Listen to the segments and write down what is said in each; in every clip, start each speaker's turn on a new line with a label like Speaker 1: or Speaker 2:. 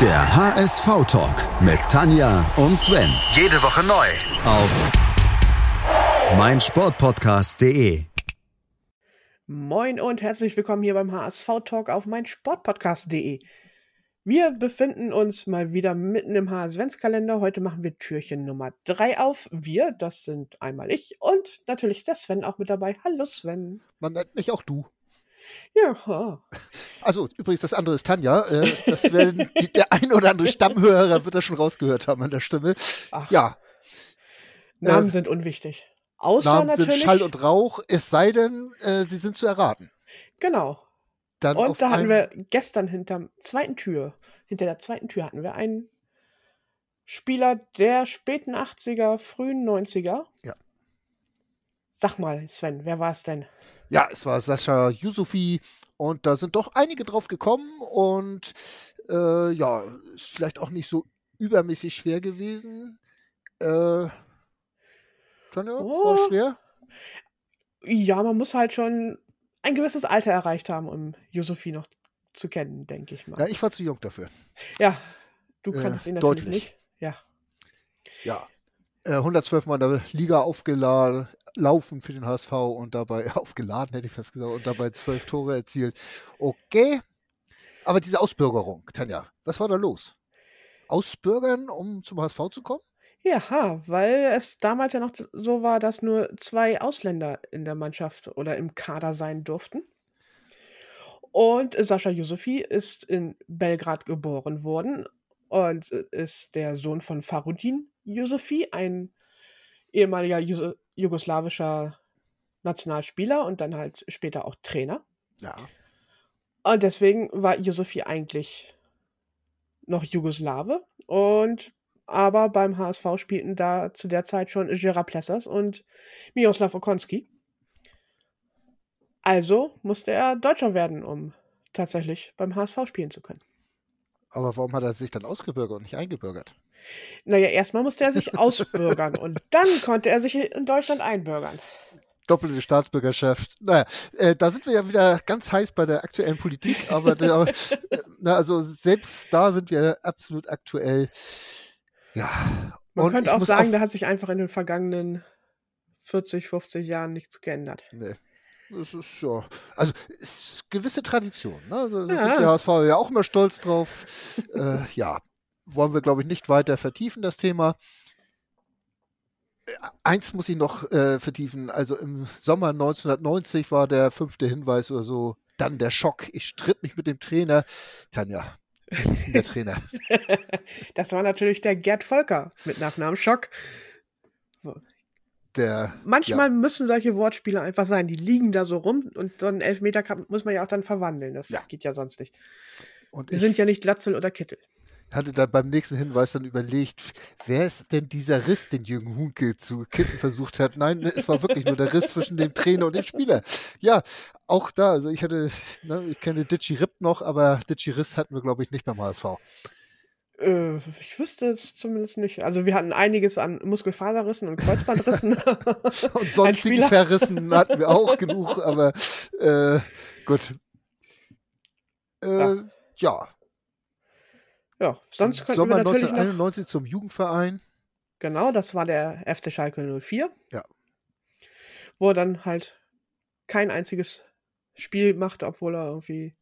Speaker 1: Der HSV-Talk mit Tanja und Sven.
Speaker 2: Jede Woche neu.
Speaker 1: Auf meinsportpodcast.de.
Speaker 3: Moin und herzlich willkommen hier beim HSV-Talk auf meinsportpodcast.de. Wir befinden uns mal wieder mitten im HSV-Kalender. Heute machen wir Türchen Nummer 3 auf. Wir, das sind einmal ich und natürlich der Sven auch mit dabei. Hallo Sven.
Speaker 4: Man nennt mich auch du.
Speaker 3: Ja,
Speaker 4: Also übrigens, das andere ist Tanja. Äh, das werden die, der ein oder andere Stammhörer wird das schon rausgehört haben an der Stimme.
Speaker 3: Ach.
Speaker 4: Ja, äh,
Speaker 3: Namen sind unwichtig. Außer
Speaker 4: Namen sind
Speaker 3: natürlich.
Speaker 4: Schall und Rauch, es sei denn, äh, sie sind zu erraten.
Speaker 3: genau.
Speaker 4: Dann auf
Speaker 3: Und da hatten
Speaker 4: ein-
Speaker 3: wir gestern hinterm zweiten Tür, hinter der zweiten Tür hatten wir einen Spieler der späten 80er, frühen 90er.
Speaker 4: Ja.
Speaker 3: Sag mal, Sven, wer war es denn?
Speaker 4: Ja, es war Sascha Yusufi und da sind doch einige drauf gekommen und äh, ja, ist vielleicht auch nicht so übermäßig schwer gewesen. Äh, Tanja,
Speaker 3: Oh.
Speaker 4: war schwer?
Speaker 3: Ja, man muss halt schon ein gewisses Alter erreicht haben, um Josephine noch zu kennen, denke ich mal.
Speaker 4: Ja, ich war zu jung dafür.
Speaker 3: ja, du
Speaker 4: äh,
Speaker 3: kannst ihn natürlich
Speaker 4: deutlich.
Speaker 3: nicht. Ja.
Speaker 4: Ja. Äh, 112 Mal in der Liga aufgeladen, laufen für den HSV und dabei aufgeladen, hätte ich fast gesagt, und dabei zwölf Tore erzielt. Okay. Aber diese Ausbürgerung, Tanja, was war da los? Ausbürgern, um zum HSV zu kommen?
Speaker 3: Ja, weil es damals ja noch so war, dass nur zwei Ausländer in der Mannschaft oder im Kader sein durften. Und Sascha Yusufi ist in Belgrad geboren worden und ist der Sohn von Farudin Yusufi, ein ehemaliger Juso- jugoslawischer Nationalspieler und dann halt später auch Trainer.
Speaker 4: Ja.
Speaker 3: Und Ah, deswegen war Yusufi eigentlich noch Jugoslawe. Und aber beim HSV spielten da zu der Zeit schon Gerard Plessers und Miroslav Okonski. Also musste er Deutscher werden, um tatsächlich beim HSV spielen zu können.
Speaker 4: Aber warum hat er sich dann ausgebürgert und nicht eingebürgert?
Speaker 3: Naja, erstmal musste er sich ausbürgern und dann konnte er sich in Deutschland einbürgern.
Speaker 4: Doppelte Staatsbürgerschaft. Naja, äh, da sind wir ja wieder ganz heiß bei der aktuellen Politik, aber der, äh, na, also selbst da sind wir absolut aktuell. Ja.
Speaker 3: Man
Speaker 4: Und ich
Speaker 3: könnte auch
Speaker 4: muss
Speaker 3: sagen, da hat sich einfach in den vergangenen 40, 50 Jahren nichts geändert.
Speaker 4: Nee. Das ist ja. Also, es ist gewisse Tradition. Ne? Also, da
Speaker 3: Ja.
Speaker 4: sind die HSV ja auch immer stolz drauf. äh, ja, wollen wir, glaube ich, nicht weiter vertiefen, das Thema. Äh, Eins muss ich noch äh, vertiefen. Also, im Sommer 1990 war der fünfte Hinweis oder so. Dann der Schock. Ich stritt mich mit dem Trainer. Tanja, wie hieß denn der Trainer?
Speaker 3: das war natürlich der Gerd Volker mit Nachnamen Schock.
Speaker 4: Der.
Speaker 3: Manchmal müssen solche Wortspiele einfach sein. Die liegen da so rum und so einen Elfmeter kann, muss man ja auch dann verwandeln. Das
Speaker 4: Ja.
Speaker 3: geht ja sonst nicht.
Speaker 4: Und
Speaker 3: Wir
Speaker 4: ich
Speaker 3: sind ja nicht Glatzel oder Kittel.
Speaker 4: hatte dann beim nächsten Hinweis dann überlegt, wer ist denn dieser Riss, den Jürgen Hunke zu kippen versucht hat? Nein, es war wirklich nur der Riss zwischen dem Trainer und dem Spieler. Ja, auch da, also ich hatte, ne, ich kenne Ditchy Ripp noch, aber Ditchy Riss hatten wir, glaube ich, nicht beim HSV.
Speaker 3: Äh, ich wüsste es zumindest nicht. Also wir hatten einiges an Muskelfaserrissen und Kreuzbandrissen.
Speaker 4: Und
Speaker 3: Ein
Speaker 4: sonstigen
Speaker 3: Spieler.
Speaker 4: Verrissen hatten wir auch genug, aber äh, gut. Äh,
Speaker 3: Ja.
Speaker 4: ja,
Speaker 3: ja, sonst könnten
Speaker 4: Sommer
Speaker 3: wir natürlich noch,
Speaker 4: 1991 zum Jugendverein.
Speaker 3: Genau, das war der FC Schalke 04.
Speaker 4: Ja.
Speaker 3: Wo er dann halt kein einziges Spiel machte, obwohl er irgendwie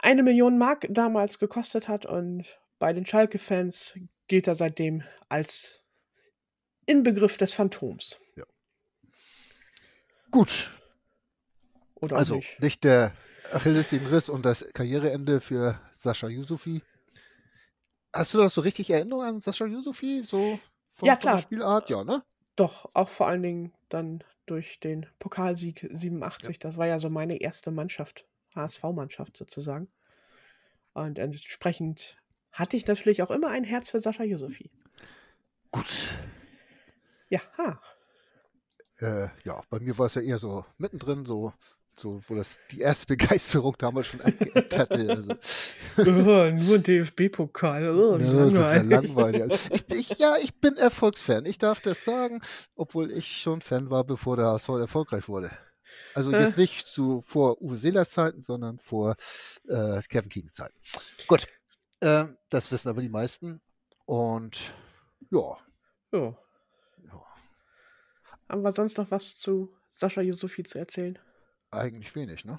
Speaker 3: eine Million Mark damals gekostet hat. Und bei den Schalke-Fans gilt er seitdem als Inbegriff des Phantoms.
Speaker 4: Gut,
Speaker 3: Oder
Speaker 4: Also
Speaker 3: auch
Speaker 4: nicht,
Speaker 3: nicht.
Speaker 4: der Achillessehnenriss und das Karriereende für Sascha Yusufi. Hast du da noch so richtig Erinnerung an Sascha Yusufi? So von, von der
Speaker 3: Ja, klar.
Speaker 4: Spielart? Ja, ne?
Speaker 3: Doch, auch vor allen Dingen dann durch den Pokalsieg 87. Das war ja so meine erste Mannschaft, HSV-Mannschaft sozusagen. Und entsprechend hatte ich natürlich auch immer ein Herz für Sascha Josefi.
Speaker 4: Gut.
Speaker 3: Ja, ha.
Speaker 4: Äh, ja, bei mir war es ja eher so mittendrin, so, so wo das die erste Begeisterung damals schon angeeckt hatte. Also,
Speaker 3: Äh, nur ein DFB-Pokal. Äh, wie
Speaker 4: Ja, das war
Speaker 3: langweilig.
Speaker 4: langweilig. Also Ich, ich, ja, ich bin Erfolgsfan. Ich darf das sagen, obwohl ich schon Fan war, bevor der HSV erfolgreich wurde. Also
Speaker 3: Äh.
Speaker 4: jetzt nicht zu, vor Uwe Seelers Zeiten, sondern vor äh, Kevin Keegans Zeiten. Gut. Ähm, das wissen aber die meisten. Und ja,
Speaker 3: Ja.
Speaker 4: Ja.
Speaker 3: Haben wir sonst noch was zu Sascha Yusufi zu erzählen?
Speaker 4: eigentlich wenig, ne?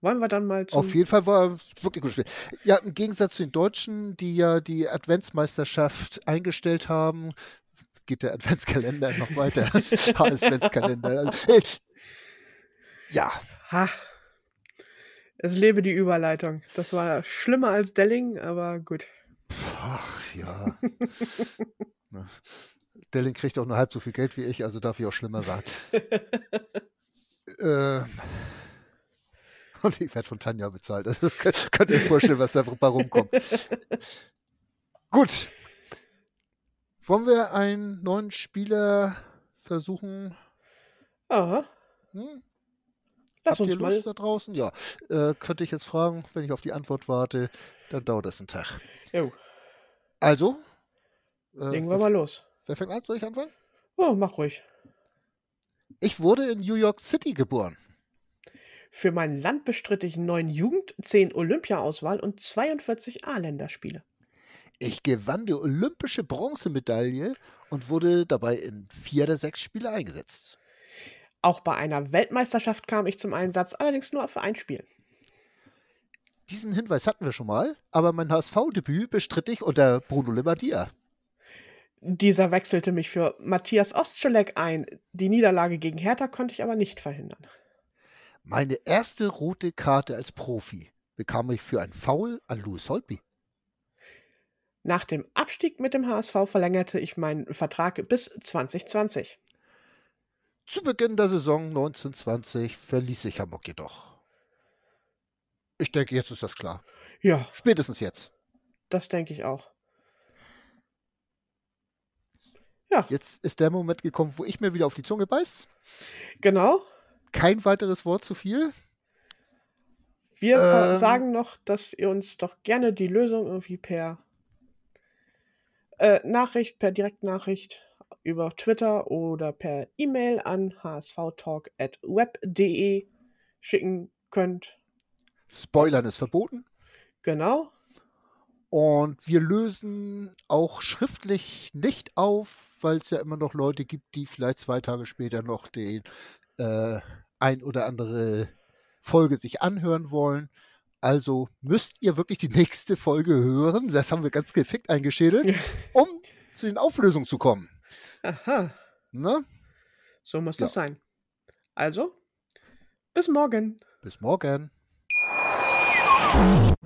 Speaker 3: Wollen wir dann mal zum
Speaker 4: Auf jeden Fall war wirklich gutes Spiel. Ja, im Gegensatz zu den Deutschen, die ja die Adventsmeisterschaft eingestellt haben, geht der Adventskalender noch weiter. Adventskalender. Also, äh, Ja,
Speaker 3: Ha! Es lebe die Überleitung. Das war schlimmer als Delling, aber gut.
Speaker 4: ach ja. Ne. Delling kriegt auch nur halb so viel Geld wie ich, also darf ich auch schlimmer sagen. ähm. Und ich werde von Tanja bezahlt. Also könnt, könnt ihr euch vorstellen, was da bei rumkommt. Gut. Wollen wir einen neuen Spieler versuchen?
Speaker 3: Aha,
Speaker 4: Hm?
Speaker 3: lass
Speaker 4: Habt ihr
Speaker 3: uns mal.
Speaker 4: Lust da draußen? Ja. Äh, könnte ich jetzt fragen, wenn ich auf die Antwort warte, dann dauert das einen Tag.
Speaker 3: Jo,
Speaker 4: Also, äh,
Speaker 3: legen
Speaker 4: wer,
Speaker 3: wir mal los.
Speaker 4: wer fängt an? Soll ich anfangen?
Speaker 3: Oh, mach ruhig.
Speaker 4: Ich wurde in New York City geboren.
Speaker 3: Für mein Land bestritt ich neun Jugend-, zehn Olympia-Auswahl und 42 A-Länderspiele.
Speaker 4: Ich gewann die olympische Bronzemedaille und wurde dabei in vier der sechs Spiele eingesetzt.
Speaker 3: Auch bei einer Weltmeisterschaft kam ich zum Einsatz, allerdings nur für ein Spiel.
Speaker 4: Diesen Hinweis hatten wir schon mal, aber mein HSV-Debüt bestritt ich unter Bruno Labbadia.
Speaker 3: Dieser wechselte mich für Matthias Ostscholek ein. Die Niederlage gegen Hertha konnte ich aber nicht verhindern.
Speaker 4: Meine erste rote Karte als Profi bekam ich für ein Foul an Louis Holtby.
Speaker 3: Nach dem Abstieg mit dem HSV verlängerte ich meinen Vertrag bis 2020.
Speaker 4: Zu Beginn der Saison 1920 verließ ich Hamburg jedoch. Ich denke, jetzt ist das klar.
Speaker 3: Ja,
Speaker 4: Spätestens jetzt.
Speaker 3: das denke ich auch. Ja,
Speaker 4: Jetzt ist der Moment gekommen, wo ich mir wieder auf die Zunge beiß.
Speaker 3: genau.
Speaker 4: Kein weiteres Wort zu viel.
Speaker 3: Wir ver-
Speaker 4: Ähm.
Speaker 3: sagen noch, dass ihr uns doch gerne die Lösung irgendwie per äh, Nachricht, per Direktnachricht über Twitter oder per E-Mail an hsvtalk.web.de e schicken könnt.
Speaker 4: Spoilern ist verboten.
Speaker 3: Genau.
Speaker 4: Und wir lösen auch schriftlich nicht auf, weil es ja immer noch Leute gibt, die vielleicht zwei Tage später noch den äh, ein oder andere Folge sich anhören wollen. Also müsst ihr wirklich die nächste Folge hören. Das haben wir ganz gefickt eingeschädelt, um zu den Auflösungen zu kommen.
Speaker 3: Aha,
Speaker 4: Ne?
Speaker 3: so muss das sein. Also, bis morgen.
Speaker 4: Bis morgen.